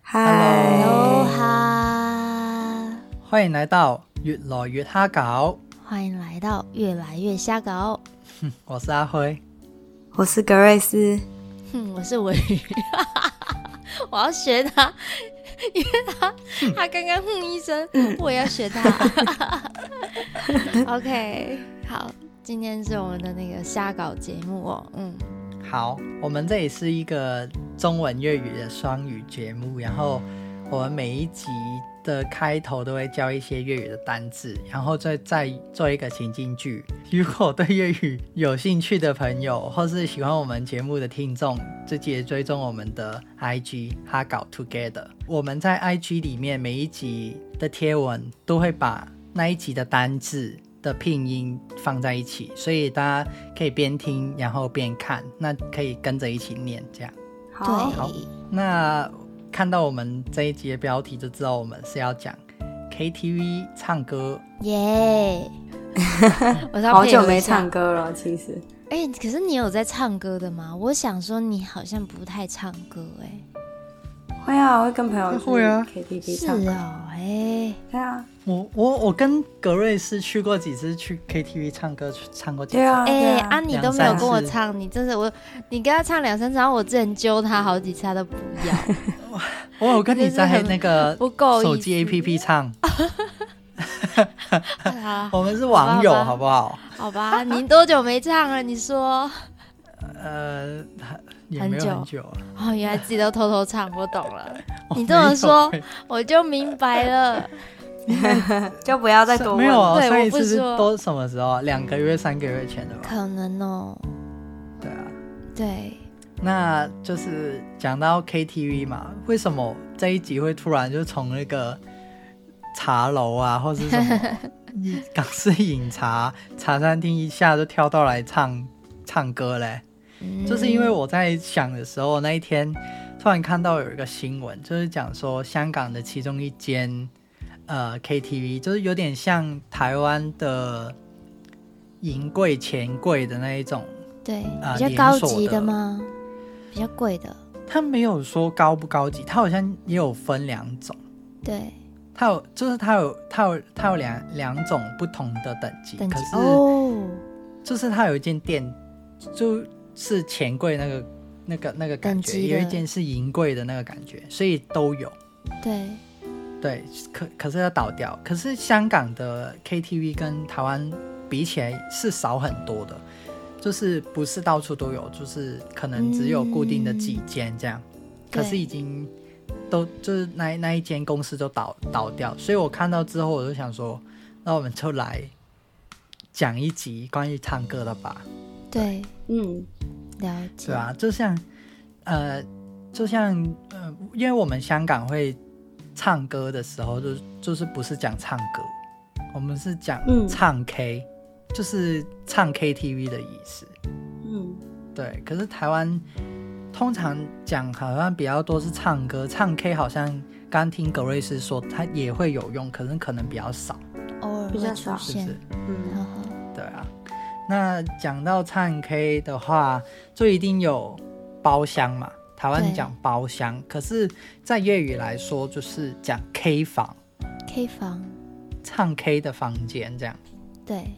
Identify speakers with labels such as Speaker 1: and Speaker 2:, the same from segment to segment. Speaker 1: 嗨
Speaker 2: Hello
Speaker 3: 哦哈，
Speaker 2: 欢迎来到越来越哈搞，
Speaker 3: 欢迎来到越来越瞎搞。
Speaker 2: 我是阿辉。
Speaker 1: 我是格瑞斯。
Speaker 3: 哼，我是文宇， 我要学他，因为他他刚刚哼一声，
Speaker 1: 嗯
Speaker 3: 我也要学他。OK，好，今天是我们的那个瞎搞节目哦，嗯，
Speaker 2: 好，我们这里是一个中文粤语的双语节目，然后我们每一集的开头都会教一些粤语的单字，然后再再做一个情境剧。如果对粤语有兴趣的朋友，或是喜欢我们节目的听众，就记得追踪我们的 IG 哈搞 Together。我们在 IG 里面每一集的贴文都会把那一集的单字的拼音放在一起，所以大家可以边听然后边看，那可以跟着一起念这样。好
Speaker 3: 对，
Speaker 2: 那看到我们这一集的标题就知道我们是要讲 KTV 唱歌。
Speaker 3: 耶、我是要
Speaker 1: 好
Speaker 3: 配
Speaker 1: 久
Speaker 3: 合一
Speaker 1: 没
Speaker 3: 下
Speaker 1: 唱歌了，其实
Speaker 3: 哎、可是你有在唱歌的吗？我想说你好像不太唱歌、哎，
Speaker 1: 会啊，我会跟朋友去
Speaker 2: 会啊
Speaker 1: KTV
Speaker 3: 是
Speaker 1: 唱歌。
Speaker 3: 哦，哎、
Speaker 1: 对啊，
Speaker 2: 我我我跟格瑞斯去过几次去 KTV 唱歌，去唱过几次。
Speaker 1: 对啊，对
Speaker 3: 哎、
Speaker 1: 啊。
Speaker 3: 啊，你
Speaker 2: 两
Speaker 3: 都没有
Speaker 2: 三
Speaker 3: 跟我
Speaker 2: 次
Speaker 3: 唱，你真是我，你跟他唱两三次，然后我之前揪他好几次，他都不要，
Speaker 2: 我有跟你在那个
Speaker 3: 不够意思
Speaker 2: 手机 APP 唱，
Speaker 3: 好
Speaker 2: 我们是网友好
Speaker 3: 好
Speaker 2: 不 好？
Speaker 3: 好吧，啊你多久没唱了？你说，
Speaker 2: 呃，也没有很久啊了。
Speaker 3: 哦，原来自己都偷偷唱，我懂了，
Speaker 2: 我
Speaker 3: 你这么
Speaker 2: 哦没有
Speaker 3: 说我就明白了。
Speaker 1: 就不要再多问
Speaker 2: 没有啊？
Speaker 3: 对
Speaker 2: 上一
Speaker 3: 我不
Speaker 2: 次是
Speaker 3: 说嗯
Speaker 2: 都什么时候啊？两个月、三个月前的吧？
Speaker 3: 可能哦，
Speaker 2: 对啊。
Speaker 3: 对，
Speaker 2: 那就是讲到 KTV 嘛，为什么这一集会突然就从那个茶楼啊，或是什么一港式饮茶茶餐厅一下就跳到来唱唱歌嘞？
Speaker 3: 嗯
Speaker 2: 就是因为我在想的时候，那一天突然看到有一个新闻，就是讲说香港的其中一间呃 KTV，就是有点像台湾的银柜、钱柜的那一种
Speaker 3: 对
Speaker 2: 啊
Speaker 3: 比较
Speaker 2: 连
Speaker 3: 高
Speaker 2: 锁
Speaker 3: 级
Speaker 2: 的
Speaker 3: 的吗？比较贵的，
Speaker 2: 它没有说高不高级，它好像也有分两种，
Speaker 3: 对，
Speaker 2: 它有就是它有它有它有两两种不同的等级，
Speaker 3: 等级
Speaker 2: 可是、
Speaker 3: 哦，
Speaker 2: 就是它有一间店就是钱柜那个那个那个感
Speaker 3: 等
Speaker 2: 觉，
Speaker 3: 级的
Speaker 2: 有一间是银柜的那个感觉，所以都有。
Speaker 3: 对，
Speaker 2: 对，可可是要倒掉，可是香港的 KTV 跟台湾比起来是少很多的，就是不是到处都有，就是可能只有固定的几
Speaker 3: 嗯
Speaker 2: 间这样，
Speaker 3: 对
Speaker 2: 可是已经都就是那那一间公司都倒倒掉，所以我看到之后我就想说，那我们就来讲一集关于唱歌的吧，
Speaker 3: 对，
Speaker 1: 嗯，
Speaker 3: 了解，
Speaker 2: 对啊，就像呃，就像呃，因为我们香港会唱歌的时候就，就是不是讲唱歌，我们是讲
Speaker 1: 嗯
Speaker 2: 唱 K，、就是唱 KTV 的意思。
Speaker 1: 嗯，
Speaker 2: 对，可是台湾通常讲好像比较多是唱歌，唱 K 好像刚听格瑞斯说他也会有用，可是可能比较少，
Speaker 3: 偶尔
Speaker 1: 比较
Speaker 3: 会出
Speaker 1: 少
Speaker 2: 是不
Speaker 3: 现
Speaker 2: 是，？
Speaker 1: 嗯，
Speaker 3: 呵呵
Speaker 2: 对啊，那讲到唱 K 的话，就一定有包厢嘛。台湾
Speaker 3: 对
Speaker 2: 讲包厢，可是，在粤语来说就是讲 K 房，
Speaker 3: K 房，
Speaker 2: 唱 K 的房间这样。
Speaker 3: 对，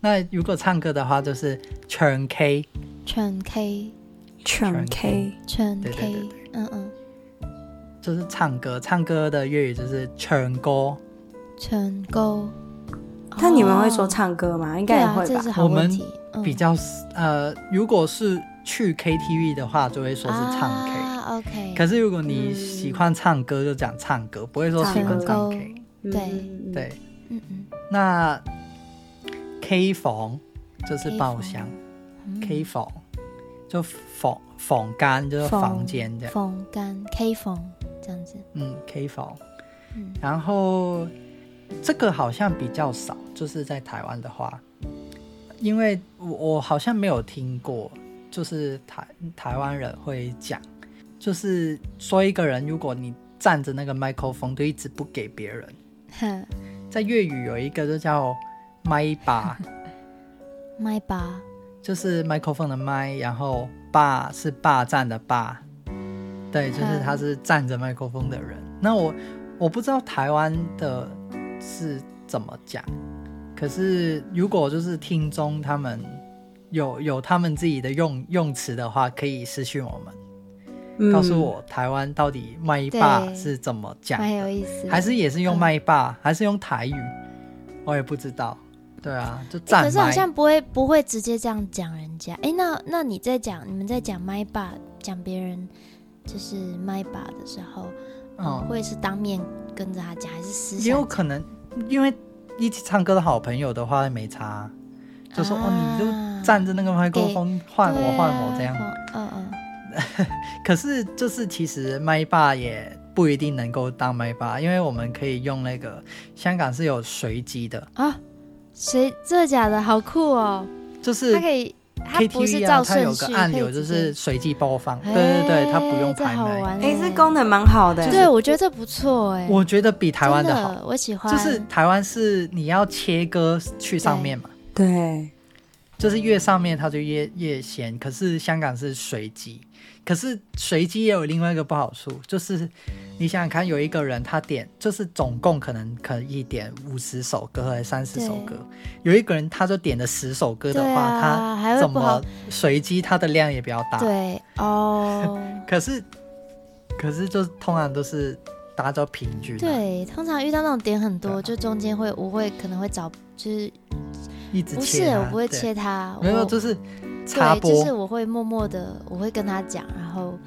Speaker 2: 那如果唱歌的话，就是唱 K，
Speaker 3: 全 K，
Speaker 1: 全 K
Speaker 3: 全
Speaker 2: 对对
Speaker 3: K，
Speaker 2: 对对
Speaker 3: 嗯嗯，
Speaker 2: 就是唱歌。唱歌的粤语就是唱歌。
Speaker 3: 全勾。
Speaker 1: 那你们会说
Speaker 3: 哦
Speaker 1: 唱歌吗？应
Speaker 3: 对
Speaker 1: 该也
Speaker 3: 啊，
Speaker 1: 会
Speaker 3: 这
Speaker 1: 吧
Speaker 3: 是。好
Speaker 2: 我
Speaker 3: 问
Speaker 2: 们
Speaker 3: 题。嗯
Speaker 2: 比较呃，如果是去 KTV 的话，就会说是唱 K。
Speaker 3: 啊，OK，
Speaker 2: 可是如果你
Speaker 1: 嗯
Speaker 2: 喜欢唱歌，就讲唱歌，不会说喜欢
Speaker 1: 唱
Speaker 2: 唱
Speaker 3: 歌
Speaker 2: K。
Speaker 1: 嗯
Speaker 3: 对
Speaker 1: 嗯嗯
Speaker 2: 对，
Speaker 3: 嗯嗯
Speaker 2: 那 K 房就是包厢
Speaker 3: 嗯
Speaker 2: ，K 房就房房间就是房间这样，
Speaker 3: 房间 K 房这样子，
Speaker 2: 嗯，K 房。
Speaker 3: 嗯
Speaker 2: 然后这个好像比较少，就是在台湾的话，因为我我好像没有听过，就是台台湾人会讲，就是说一个人如果你站着那个麦克风就一直不给别人，
Speaker 3: 哼，
Speaker 2: 在粤语有一个就叫麦霸。
Speaker 3: 麦吧，
Speaker 2: 就是麦克风的麦，然后霸是霸占的霸，
Speaker 3: 嗯
Speaker 2: 对，就是他是站着麦克风的人。那我我不知道台湾的是怎么讲，可是如果就是听众他们有有他们自己的用用词的话，可以私讯我们，
Speaker 1: 嗯
Speaker 2: 告诉我台湾到底麦霸
Speaker 3: 对
Speaker 2: 是怎么讲
Speaker 3: 蛮有
Speaker 2: 的，
Speaker 3: 意思的。
Speaker 2: 还是也是用麦霸，还是用台语？我也不知道。对啊，就站麦。
Speaker 3: 可是好像不会不会直接这样讲人家。哎、那那你在讲你们在讲麦霸讲别人就是麦霸的时候，嗯，
Speaker 2: 嗯
Speaker 3: 会是当面跟着他讲，还是私下
Speaker 2: 也有可能，因为一起唱歌的好朋友的话没差，就说、哦，你就站着那个麦克风换我换我这样。
Speaker 3: 嗯啊嗯
Speaker 2: 可是就是其实麦霸也不一定能够当麦霸，因为我们可以用那个香港是有随机的，
Speaker 3: 啊，谁这假的好酷哦，
Speaker 2: 就是
Speaker 3: 他可以。他不是
Speaker 2: KTV 啊，
Speaker 3: 照
Speaker 2: 它有
Speaker 3: 顺
Speaker 2: 个
Speaker 3: 序，
Speaker 2: 按
Speaker 3: 可以
Speaker 2: 钮就
Speaker 3: 直接
Speaker 2: 是随机播放，对
Speaker 3: 哎
Speaker 2: 对对，它不用
Speaker 3: 这
Speaker 2: 排
Speaker 3: 好
Speaker 2: 麦。
Speaker 3: 玩
Speaker 1: 哎，
Speaker 3: 哎
Speaker 1: 这功能蛮好的，
Speaker 3: 对，我觉得这不错哎，
Speaker 2: 我觉得比台湾的
Speaker 3: 真
Speaker 2: 好，
Speaker 3: 我喜欢，
Speaker 2: 就是台湾是你要切割去上面嘛，
Speaker 1: 对，
Speaker 2: 就是越上面它就越越咸，可是香港是随机，可是随机也有另外一个不好处，就是你想想看，有一个人他点就是总共可能可以点五十首歌还是三十首歌，有一个人他就点了十首歌的
Speaker 3: 对
Speaker 2: 话，
Speaker 3: 啊，还
Speaker 2: 他
Speaker 3: 会
Speaker 2: 怎
Speaker 3: 不好
Speaker 2: 么，随机他的量也比较大，
Speaker 3: 对啊哦。
Speaker 2: 可是可是就是通常都是达到平均、啊，，
Speaker 3: 对，通常遇到那种点很
Speaker 2: 对
Speaker 3: 多，
Speaker 2: 啊
Speaker 3: 就中间会我会可能会找，就是
Speaker 2: 一直
Speaker 3: 不是
Speaker 2: 切它
Speaker 3: 我不会
Speaker 2: 对
Speaker 3: 切他，
Speaker 2: 没有
Speaker 3: 我
Speaker 2: 就是插
Speaker 3: 对，
Speaker 2: 播，
Speaker 3: 就是我会默默的，我会跟他讲，然后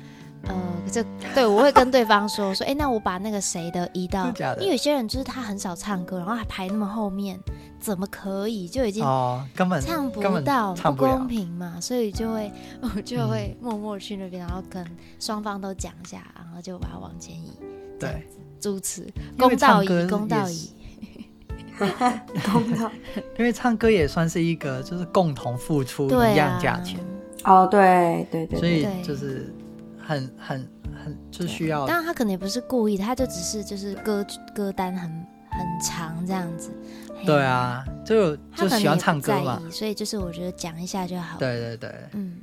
Speaker 3: 呃，这对我会跟对方说，我说哎、诶那我把那个谁的移到
Speaker 2: 真的，假的
Speaker 3: 因为有些人就是他很少唱歌，然后还排那么后面，怎么可以？就已经
Speaker 2: 哦，根本
Speaker 3: 唱不
Speaker 2: 根本
Speaker 3: 到，
Speaker 2: 唱不了嗯
Speaker 3: 公平嘛，所以就会我就会默默去那边，然后跟双方都讲一下，然后就把它往前移，这样
Speaker 2: 对。
Speaker 3: 主持
Speaker 2: 因为
Speaker 3: 公道
Speaker 2: 唱歌
Speaker 3: 移，公道
Speaker 2: 也
Speaker 3: 移，
Speaker 1: 功能
Speaker 2: 因为唱歌也算是一个，就是共同付出
Speaker 3: 对
Speaker 2: 一
Speaker 3: 啊
Speaker 2: 样价钱，
Speaker 1: 哦，对对对
Speaker 2: 所
Speaker 1: 对，
Speaker 2: 以
Speaker 3: 对啊
Speaker 2: 就是很很很就
Speaker 3: 对
Speaker 2: 需要
Speaker 3: 当然他可能也不是故意的，他就只是就是歌歌单很很长这样子。嘿
Speaker 2: 对，啊，就有就
Speaker 3: 他可能
Speaker 2: 喜
Speaker 3: 也
Speaker 2: 欢
Speaker 3: 不
Speaker 2: 唱歌
Speaker 3: 在
Speaker 2: 嘛，
Speaker 3: 意，所以就是我觉得讲一下就好。，
Speaker 2: 对对对，
Speaker 3: 嗯，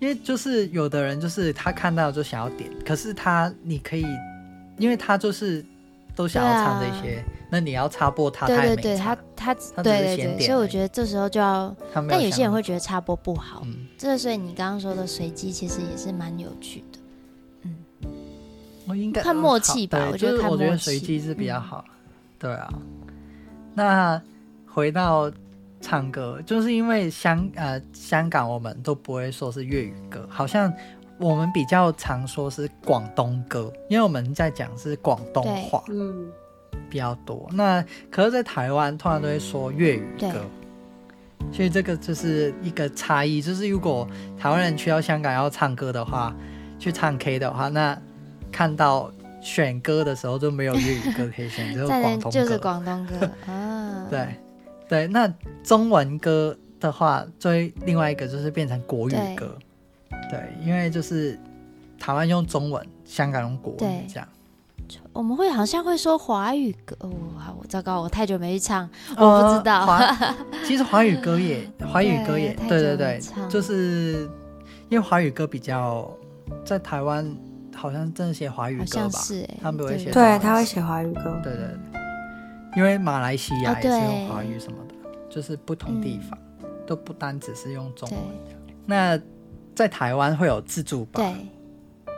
Speaker 2: 因为就是有的人就是他看到就想要点，可是他你可以，因为他就是都想要唱这些，那你要插播他，
Speaker 3: 对
Speaker 2: 他也
Speaker 3: 啊对
Speaker 2: 没
Speaker 3: 对，
Speaker 2: 插他
Speaker 3: 他他
Speaker 2: 只是先
Speaker 3: 对对对，
Speaker 2: 点
Speaker 3: 所以
Speaker 2: 而
Speaker 3: 我
Speaker 2: 已
Speaker 3: 觉得这时候就要，
Speaker 2: 他没有
Speaker 3: 但有些人
Speaker 2: 想
Speaker 3: 会觉得插播不好，
Speaker 2: 嗯，
Speaker 3: 这所以你刚刚说的随机其实也是蛮有趣的。
Speaker 2: 我哦应该嗯
Speaker 3: 看默契吧
Speaker 2: 对
Speaker 3: 我觉得
Speaker 2: 就是
Speaker 3: 看
Speaker 2: 我觉得
Speaker 3: 默契嗯
Speaker 2: 随机是比较好。对啊，那回到唱歌，就是因为香呃香港我们都不会说是粤语歌，好像我们比较常说是广东歌，因为我们在讲是广东话
Speaker 1: 嗯，
Speaker 2: 比较多。那可是，在台湾通常都会说粤语
Speaker 3: 对
Speaker 2: 歌。所以这个就是一个差异，就是如果台湾人去到香港要唱歌的话，去唱 K 的话，那看到选歌的时候就没有粤语歌可以选，只 有
Speaker 3: 再
Speaker 2: 广
Speaker 3: 人
Speaker 2: 东歌。
Speaker 3: 就是广东 歌啊，
Speaker 2: 对对，那中文歌的话，最另外一个就是变成国语歌，对，因为就是台湾用中文，香港用国
Speaker 3: 对
Speaker 2: 语这样。
Speaker 3: 我们会好像会说华语歌，哦，好，我糟糕，我太久没去唱，
Speaker 2: 呃
Speaker 3: 我不知道
Speaker 2: 华其实华语歌也，华语歌也，
Speaker 3: 对
Speaker 2: 对对
Speaker 3: 太久没
Speaker 2: 对
Speaker 3: 唱，
Speaker 2: 就是因为华语歌比较在台湾，好像真的写华语
Speaker 3: 好
Speaker 2: 歌
Speaker 3: 像
Speaker 2: 吧，
Speaker 3: 是哎，
Speaker 2: 他们会写
Speaker 3: 对
Speaker 1: 对
Speaker 2: 中文
Speaker 1: 他会写华语歌，
Speaker 2: 对对对，因为马来西亚
Speaker 3: 哦
Speaker 2: 也是
Speaker 3: 对嗯
Speaker 2: 用华语什么的，就是不同地方、都不单只是用中
Speaker 3: 对
Speaker 2: 文。那在台湾会有自助吧？
Speaker 3: 对，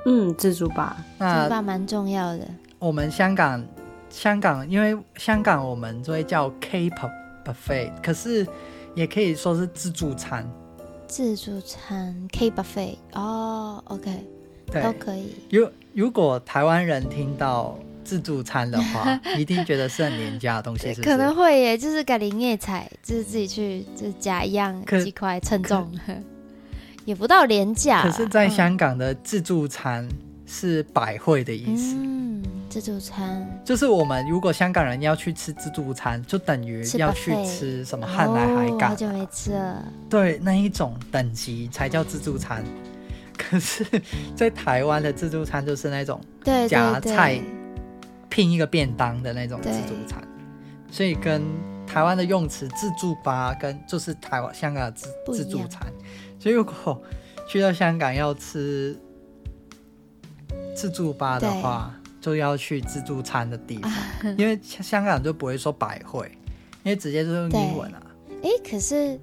Speaker 1: 嗯，自主吧，
Speaker 3: 这
Speaker 2: 那
Speaker 3: 爸蛮重要的。
Speaker 2: 我们香港，香港因为香港我们就会叫 K-pop buffet，可是也可以说是自助餐。
Speaker 3: 自助餐 K buffet 哦，OK，
Speaker 2: 对
Speaker 3: 都，可以。
Speaker 2: 如如果台湾人听到自助餐的 话，一定觉得是很廉价的东西，是不是？
Speaker 3: 可能会耶，就是改零叶菜，就是自己去就是夹一样
Speaker 2: 可
Speaker 3: 几块称重， 也不到廉价
Speaker 2: 可
Speaker 3: 啦。
Speaker 2: 是，在
Speaker 3: 嗯
Speaker 2: 香港的自助餐是百汇的意思。
Speaker 3: 嗯，自助餐
Speaker 2: 就是我们如果香港人要去吃自助餐，就等于
Speaker 3: 吃
Speaker 2: 要去
Speaker 3: buffet
Speaker 2: 吃什么汉来海
Speaker 3: 哦
Speaker 2: 港啊
Speaker 3: 好、久没吃了。
Speaker 2: 对那一种等级才叫自助餐。可是，在台湾的自助餐就是那种
Speaker 3: 对
Speaker 2: 夹
Speaker 3: 对对，
Speaker 2: 菜拼一个便当的那种自
Speaker 3: 对
Speaker 2: 助餐，所以跟台湾的用词自助吧，跟就是台湾香港的自
Speaker 3: 不一
Speaker 2: 自
Speaker 3: 样
Speaker 2: 助餐。所以如果去到香港要吃自助吧的话，就要去自助餐的 地方，因为香香港就不会说百汇，因为直接就是用英文啊。
Speaker 3: 哎，可是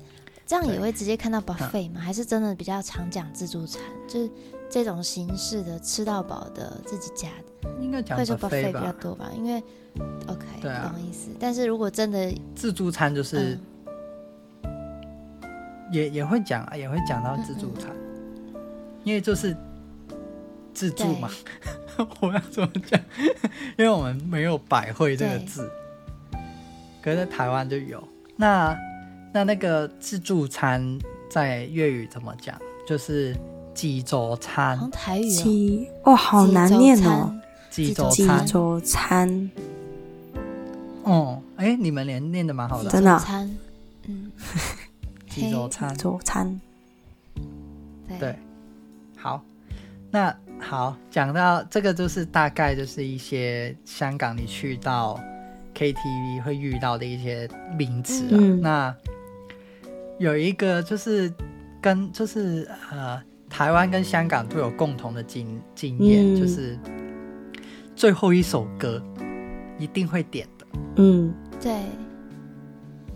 Speaker 3: 这样也会直接看到 buffet
Speaker 2: 嗯
Speaker 3: 吗？还是真的比较常讲自助餐，就是这种形式的吃到饱的自己夹的，
Speaker 2: 应该讲
Speaker 3: 会说 buffet 比较
Speaker 2: 吧，
Speaker 3: 多吧？因为 OK，、
Speaker 2: 对啊
Speaker 3: 懂意思。但是如果真的，
Speaker 2: 自助餐就是
Speaker 3: 嗯
Speaker 2: 也也会讲，也会讲到自助
Speaker 3: 嗯
Speaker 2: 餐，因为就是自助嘛。 我要怎么讲？因为我们没有“百汇”这个
Speaker 3: 对
Speaker 2: 字，可是在台湾就有。那那那个自助餐在粤语怎么讲？就是济州
Speaker 3: 好
Speaker 2: 餐，
Speaker 3: 像台语哦，
Speaker 1: 鸡哦，好难念哦，
Speaker 2: 济州
Speaker 3: 济
Speaker 1: 鸡
Speaker 3: 州
Speaker 2: 餐
Speaker 3: 餐。
Speaker 1: 粥餐，
Speaker 2: 哦、哎、你们连念的蛮好的啊，
Speaker 1: 真的啊
Speaker 3: 餐，嗯，
Speaker 2: 济州
Speaker 3: 嘿
Speaker 2: 餐。
Speaker 1: 粥餐，
Speaker 3: 哎
Speaker 2: 对，好，那好，讲到这个，就是大概就是一些香港你去到 KTV 会遇到的一些名词啊。
Speaker 1: 嗯
Speaker 2: 那有一个就是跟就是呃，台湾跟香港都有共同的经经
Speaker 1: 嗯
Speaker 2: 验，就是最后一首歌一定会点的，
Speaker 1: 嗯，
Speaker 3: 对，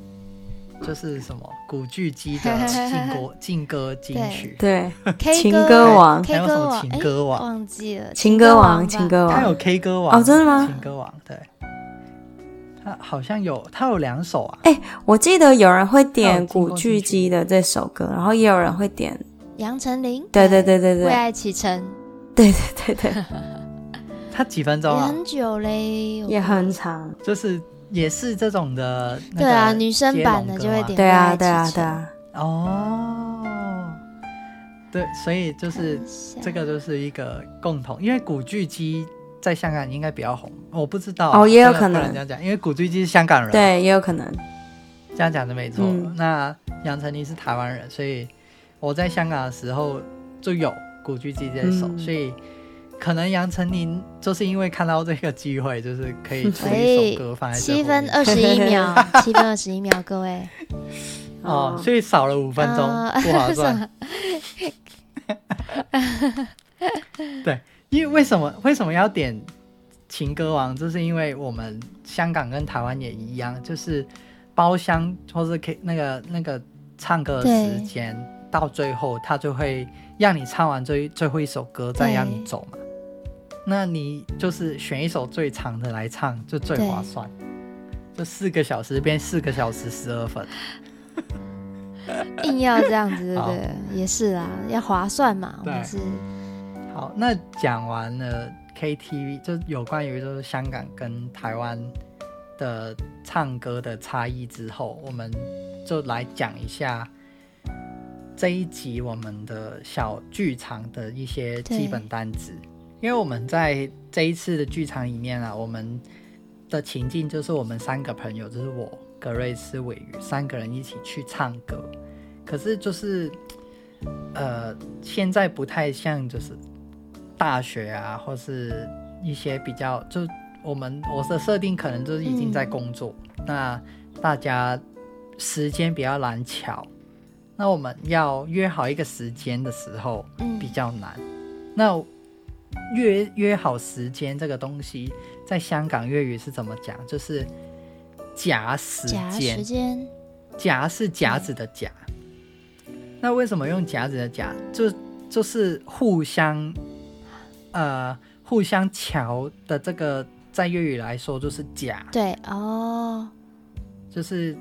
Speaker 2: 就是什么古巨基 的劲歌劲歌金
Speaker 3: 对
Speaker 2: 曲。
Speaker 1: 对，
Speaker 3: K
Speaker 1: 情
Speaker 3: 歌
Speaker 1: 歌王
Speaker 2: 还
Speaker 3: K
Speaker 2: 有什么
Speaker 3: 歌王，
Speaker 2: 情
Speaker 3: 哎
Speaker 2: 歌王
Speaker 3: 忘记了，
Speaker 1: 情歌王，
Speaker 3: 吧
Speaker 1: 情歌
Speaker 2: 他有
Speaker 1: 王，
Speaker 2: K 歌王
Speaker 1: 哦真的吗
Speaker 2: 情歌王，对，他好像有，他有两首啊，
Speaker 1: 我记得有人会点
Speaker 2: 他有经过
Speaker 1: 古巨基的这首歌，然后也有人会点，
Speaker 3: 杨丞琳，
Speaker 1: 对对对对
Speaker 3: 为
Speaker 1: 对
Speaker 3: 爱启程，
Speaker 1: 对对对 对，
Speaker 2: 他几分
Speaker 3: 也
Speaker 2: 钟啊？
Speaker 3: 很久嘞，我
Speaker 1: 也很长，
Speaker 2: 就是也是这种的、那个
Speaker 3: 对啊，女生版的
Speaker 2: 接龙
Speaker 3: 就
Speaker 2: 歌啊
Speaker 3: 会点
Speaker 1: 对啊
Speaker 3: 为
Speaker 1: 对
Speaker 3: 爱
Speaker 1: 啊
Speaker 3: 启
Speaker 1: 对
Speaker 3: 程，
Speaker 1: 啊，
Speaker 2: 哦，对，所以就是
Speaker 1: 啊
Speaker 3: 是
Speaker 2: 这个就是一个共同，因为古巨基在香港应该比较红，我不知道啊、
Speaker 1: 哦也有
Speaker 2: 这个不
Speaker 1: 可能
Speaker 2: 这样讲，因为古巨基是香港人，，
Speaker 1: 对，也有可能，
Speaker 2: 这样讲的没错。
Speaker 1: 嗯
Speaker 2: 那杨丞琳是台湾人，所以我在香港的时候就有古巨基这首，
Speaker 1: 嗯
Speaker 2: 所以可能杨丞琳就是因为看到这个机会，就是可以出一
Speaker 3: 喂
Speaker 2: 首歌放在最
Speaker 3: 七分
Speaker 2: 后
Speaker 3: 二
Speaker 2: 面
Speaker 3: 十一秒， 七分二十一秒，各位，
Speaker 2: 哦，所以少了五分钟、
Speaker 3: 呃
Speaker 2: 不 划算。对，因为为什么为什么要点情歌王？就是因为我们香港跟台湾也一样，就是包厢或是 K 那个那个唱歌的时间到最后，他就会让你唱完最最后一首歌，再让你
Speaker 3: 对
Speaker 2: 走嘛。那你就是选一首最长的来唱，就最划
Speaker 3: 对
Speaker 2: 算。就四个小时变四个小时十二分，
Speaker 3: 硬要这样子，对不
Speaker 2: 好
Speaker 3: 对？也是啊，要划算嘛，我
Speaker 2: 对
Speaker 3: 们是
Speaker 2: 好，那讲完了 KTV，就是有关于就是香港跟台湾的唱歌的差异之后，我们就来讲一下这一集我们的小剧场的一些基本单词。因为我们在这一次的剧场里面啊，我们的情境就是我们三个朋友，就是我、格瑞斯、尾鱼三个人一起去唱歌，可是就是呃，现在不太像就是大学啊，或是一些比较，就我们我的设定可能就是已经在工作，那大家时间比较难巧，那我们要约好一个时间的时候
Speaker 3: 嗯
Speaker 2: 比较难。那约约好时间这个东西，在香港粤语是怎么讲？就是夹时
Speaker 3: 夹
Speaker 2: 间
Speaker 3: 嗯时，间，
Speaker 2: 夹是夹子的夹。那为什么用夹子的夹？就就是互相，呃，互相瞧的这个，在粤语来说就是夹，
Speaker 3: 对哦，
Speaker 2: 就是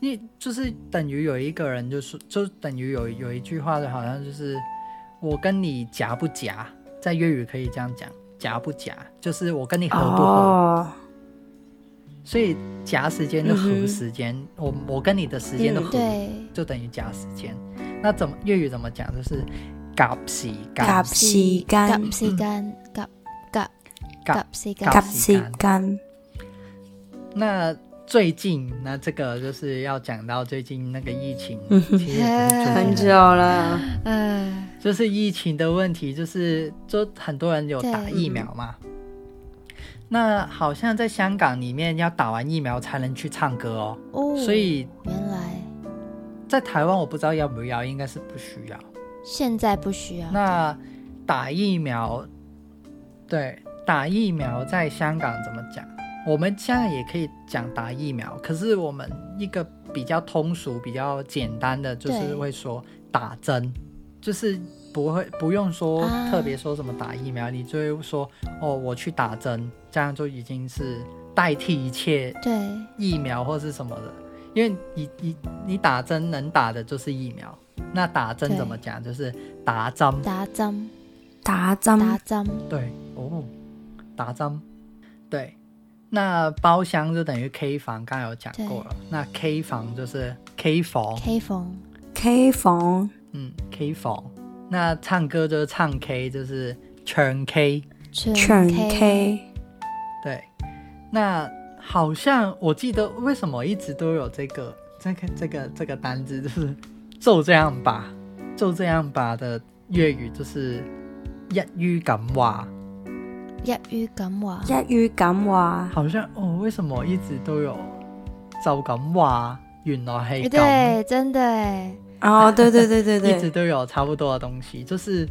Speaker 2: 你就是等于有一个人就是就等于有有一句话的好像就是我跟你夹不夹，在粤语可以这样讲，夹不夹，就是我跟你合不合。
Speaker 1: 哦，
Speaker 2: 所以夹时间就
Speaker 1: 嗯
Speaker 2: 合
Speaker 1: 哼
Speaker 2: 时间，我我跟你的时间都
Speaker 1: 嗯
Speaker 2: 合
Speaker 3: 对，
Speaker 2: 就等于加时间。那怎么粤语怎么讲？就是夹时
Speaker 1: 夹
Speaker 2: 间，
Speaker 1: 时间
Speaker 3: 夹时间，夹夹
Speaker 2: 夹
Speaker 3: 夹时间，
Speaker 1: 夹
Speaker 2: 夹
Speaker 1: 时间，
Speaker 2: 那最近那这个就是要讲到最近那个疫情，
Speaker 1: 嗯哼
Speaker 2: 其实也不是
Speaker 1: 很
Speaker 2: 最近
Speaker 1: 久了，
Speaker 3: 嗯，
Speaker 2: 就是疫情的问题，就是就很多人有打
Speaker 3: 对
Speaker 2: 疫苗嘛。那好像在香港里面要打完疫苗才能去唱歌哦，
Speaker 1: 嗯
Speaker 3: 哦，
Speaker 2: 所以
Speaker 3: 原来
Speaker 2: 在台湾我不知道要不要，应该是不需要。
Speaker 3: 现在不需要，
Speaker 2: 那打疫苗对，打疫苗在香港怎么讲？我们现在也可以讲打疫苗，可是我们一个比较通俗、比较简单的，就是
Speaker 3: 对
Speaker 2: 会说打针，就是不会不用说
Speaker 3: 啊
Speaker 2: 特别说什么打疫苗，你就会说哦，我去打针，这样就已经是代替一切
Speaker 3: 对，
Speaker 2: 疫苗或是什么的，因为你你你打针能打的就是疫苗，那打针怎么讲？就是打针，
Speaker 3: 打针，
Speaker 1: 打针
Speaker 3: 打针，
Speaker 2: 对哦，打针，对。那包厢就等于 K 房，刚刚有讲过了。那 K 房就是 K 房，
Speaker 3: K 风
Speaker 1: K 房
Speaker 2: 嗯，K 房。那唱歌就是唱 K，就是全 K。
Speaker 3: 全
Speaker 1: 全
Speaker 3: K，
Speaker 1: K
Speaker 2: 对，那好像我记得为什么一直都有这个这个这个这个单字，就是就这样吧，就这样吧的粤语就是一于咁话，
Speaker 3: 一於咁話，
Speaker 1: 一於咁話，
Speaker 2: 好像哦，为什么一直都有就咁话？原来系咁，
Speaker 3: 對，哎真的耶，
Speaker 1: 哦，對對對對
Speaker 2: 一直
Speaker 1: 對，
Speaker 2: 都有差不多的东西，就是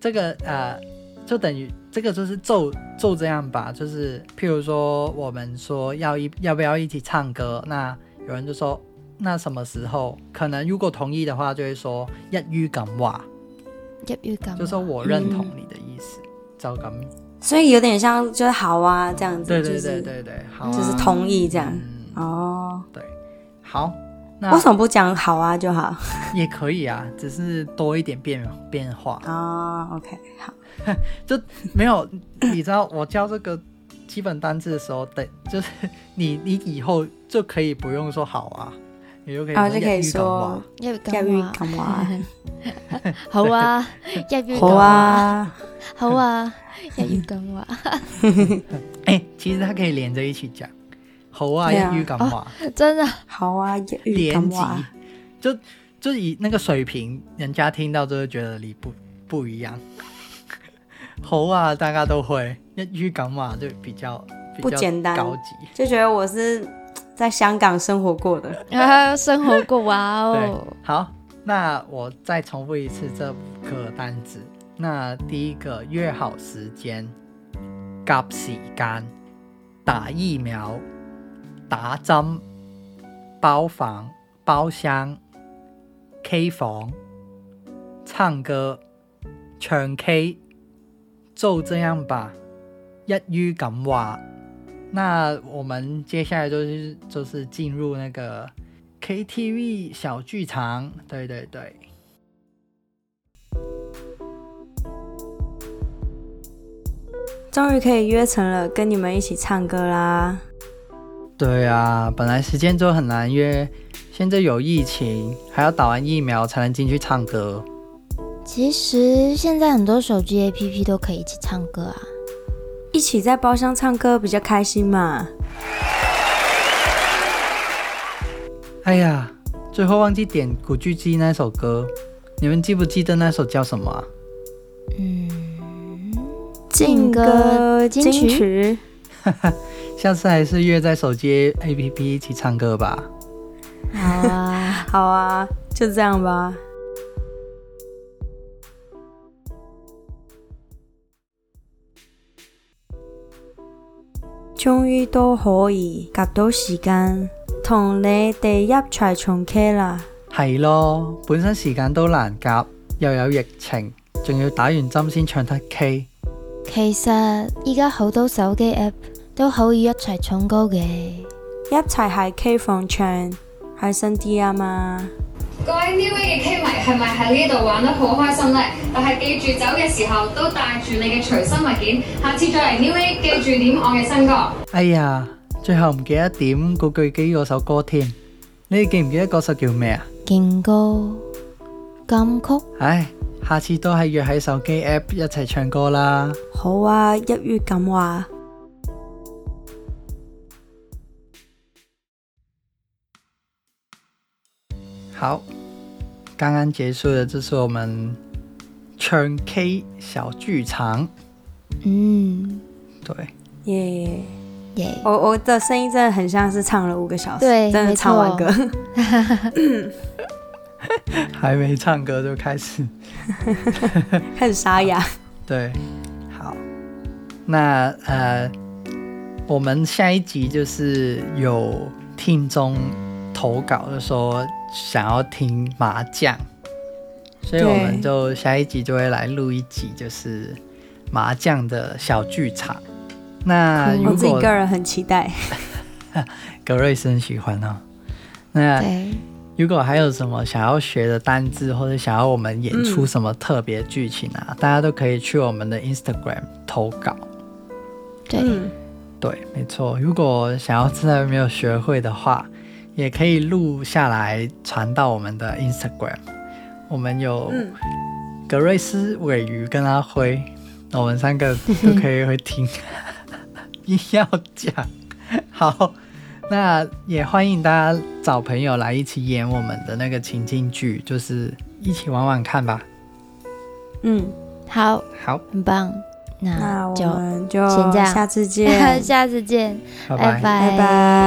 Speaker 2: 这个呃，就等于这个就是就就这样吧，就是譬如说我们说要一要不要一起唱歌，那有人就说那什么时候？可能如果同意的话，就会说一於咁話，
Speaker 3: 一於咁
Speaker 2: 就说
Speaker 3: 話，
Speaker 2: 我认同你的意思，就咁。
Speaker 1: 所以有點像就是好啊這樣子，
Speaker 2: 嗯对
Speaker 1: 就
Speaker 2: 对对
Speaker 1: 是
Speaker 2: 对对，好、啊，
Speaker 1: 就是同意這樣
Speaker 2: 嗯，
Speaker 1: 哦。
Speaker 2: 对，好，那
Speaker 1: 為什麼不講好啊就好
Speaker 2: 也可以啊，只是多一点变变化。
Speaker 1: 啊？OK，好，
Speaker 2: 没有，你知道我教这个基本单字的时候，等就是你你以后就可以不用说好啊，你就可以
Speaker 1: 然後就
Speaker 2: 一
Speaker 1: 可以
Speaker 2: 语感
Speaker 1: 說
Speaker 2: 化
Speaker 3: 一於
Speaker 1: 一於咁
Speaker 3: 咁話，
Speaker 1: 話，
Speaker 3: 好 啊，一於
Speaker 1: 好
Speaker 3: 咁話，
Speaker 1: 啊，
Speaker 3: 好啊，一於咁話，
Speaker 2: 哎、其实它可以连着一起讲，好啊，
Speaker 1: 对啊
Speaker 2: 一语感化，
Speaker 3: 真的
Speaker 1: 好啊，一於
Speaker 2: 连
Speaker 1: 咁
Speaker 2: 级
Speaker 1: 話，
Speaker 2: 就就以那个水平，人家听到就会觉得你不不一样。 好啊，大家都会一语感化就比较比
Speaker 1: 不
Speaker 2: 较
Speaker 1: 简单
Speaker 2: 高级。
Speaker 1: 就覺得我是在香港生活過的。
Speaker 3: 啊， 生活過哇
Speaker 2: 对
Speaker 3: 哦，，
Speaker 2: 好，那我再重复一次这五个单词。那第一个约好时间，夹时间，打疫苗，打针，包房、包厢，K 房，唱歌，唱 K，就这样吧，一于咁话。那我们接下来就是就是进入那个 KTV 小剧场，对对对。
Speaker 1: 终于可以约成了，跟你们一起唱歌啦！
Speaker 2: 对啊，本来时间就很难约，现在有疫情，还要打完疫苗才能进去唱歌。
Speaker 3: 其實現在很多手機 APP 都可以一起唱歌啊，
Speaker 1: 一起在包厢唱歌比较开心嘛。
Speaker 2: 哎呀，最后忘记点古巨基那首歌，你们记不记得那首叫什么啊？
Speaker 3: 嗯，
Speaker 1: 劲
Speaker 3: 劲歌金曲
Speaker 1: 曲，
Speaker 2: 下次还是约在手机 APP 一起唱歌吧。
Speaker 3: 好 啊。
Speaker 1: 好啊，就这样吧。終於都可以夾到時間，同你哋一齊唱 K 啦！
Speaker 2: 係咯，本身時間都難夾，又有疫情，仲要打完針先唱得 K。
Speaker 3: 其實依家好多手機 app 都可以一齊唱歌嘅。
Speaker 1: 一齊喺 K 房唱，開心啲啊嘛！
Speaker 4: 各位 New Way 嘅 K 迷係咪喺呢度玩得好開心呢？但係記住走嘅時候都帶住你嘅隨身物件，下次再嚟 New Way 記住點我嘅新歌。
Speaker 2: 哎呀，最後唔記得點古巨基嗰首歌添。你哋記唔記得嗰首叫咩啊？
Speaker 3: 勁歌金曲，
Speaker 2: 唉，下次都係約喺手機 app 一齊唱歌啦。
Speaker 1: 好啊，一於咁話。
Speaker 2: 好，剛剛結束的就是我們唱 K 小劇場。
Speaker 3: 嗯，
Speaker 2: 對，
Speaker 1: 耶、
Speaker 3: 耶、
Speaker 1: 我我的声音真的很像是唱了五个小时，
Speaker 3: 对
Speaker 1: 真的
Speaker 3: 没错
Speaker 1: 唱完歌。
Speaker 2: 還沒唱歌就開始。
Speaker 1: 很沙哑。
Speaker 2: 对，好，那呃，我们下一集就是有听众投稿的说想要听麻将，所以我们
Speaker 1: 对
Speaker 2: 就下一集就会来录一集就是麻将的小剧场。那
Speaker 3: 嗯
Speaker 2: 如
Speaker 1: 我
Speaker 2: 果
Speaker 1: 自己个人很期待。
Speaker 2: 格瑞森喜欢哦，那
Speaker 3: 对，
Speaker 2: 如果还有什么想要学的单字，或者想要我们演
Speaker 1: 嗯
Speaker 2: 出什么特别剧情啊，大家都可以去我们的 Instagram 投稿。
Speaker 3: 对
Speaker 1: 嗯，
Speaker 2: 对，没错。如果想要真的没有学会的话，也可以录下来传到我们的 Instagram。我们有
Speaker 1: 嗯
Speaker 2: 格瑞斯、尾鱼跟阿辉，我们三个都可以会听， 一定要讲。好，那也欢迎大家找朋友来一起演我们的那个情境剧，就是一起玩玩看吧。
Speaker 1: 嗯，
Speaker 3: 好，
Speaker 2: 好，
Speaker 3: 很棒，
Speaker 1: 那
Speaker 3: 那
Speaker 1: 我
Speaker 3: 就
Speaker 1: 们就
Speaker 3: 先这样
Speaker 1: 下次见，
Speaker 3: 下次见，
Speaker 2: 拜拜
Speaker 1: 拜拜。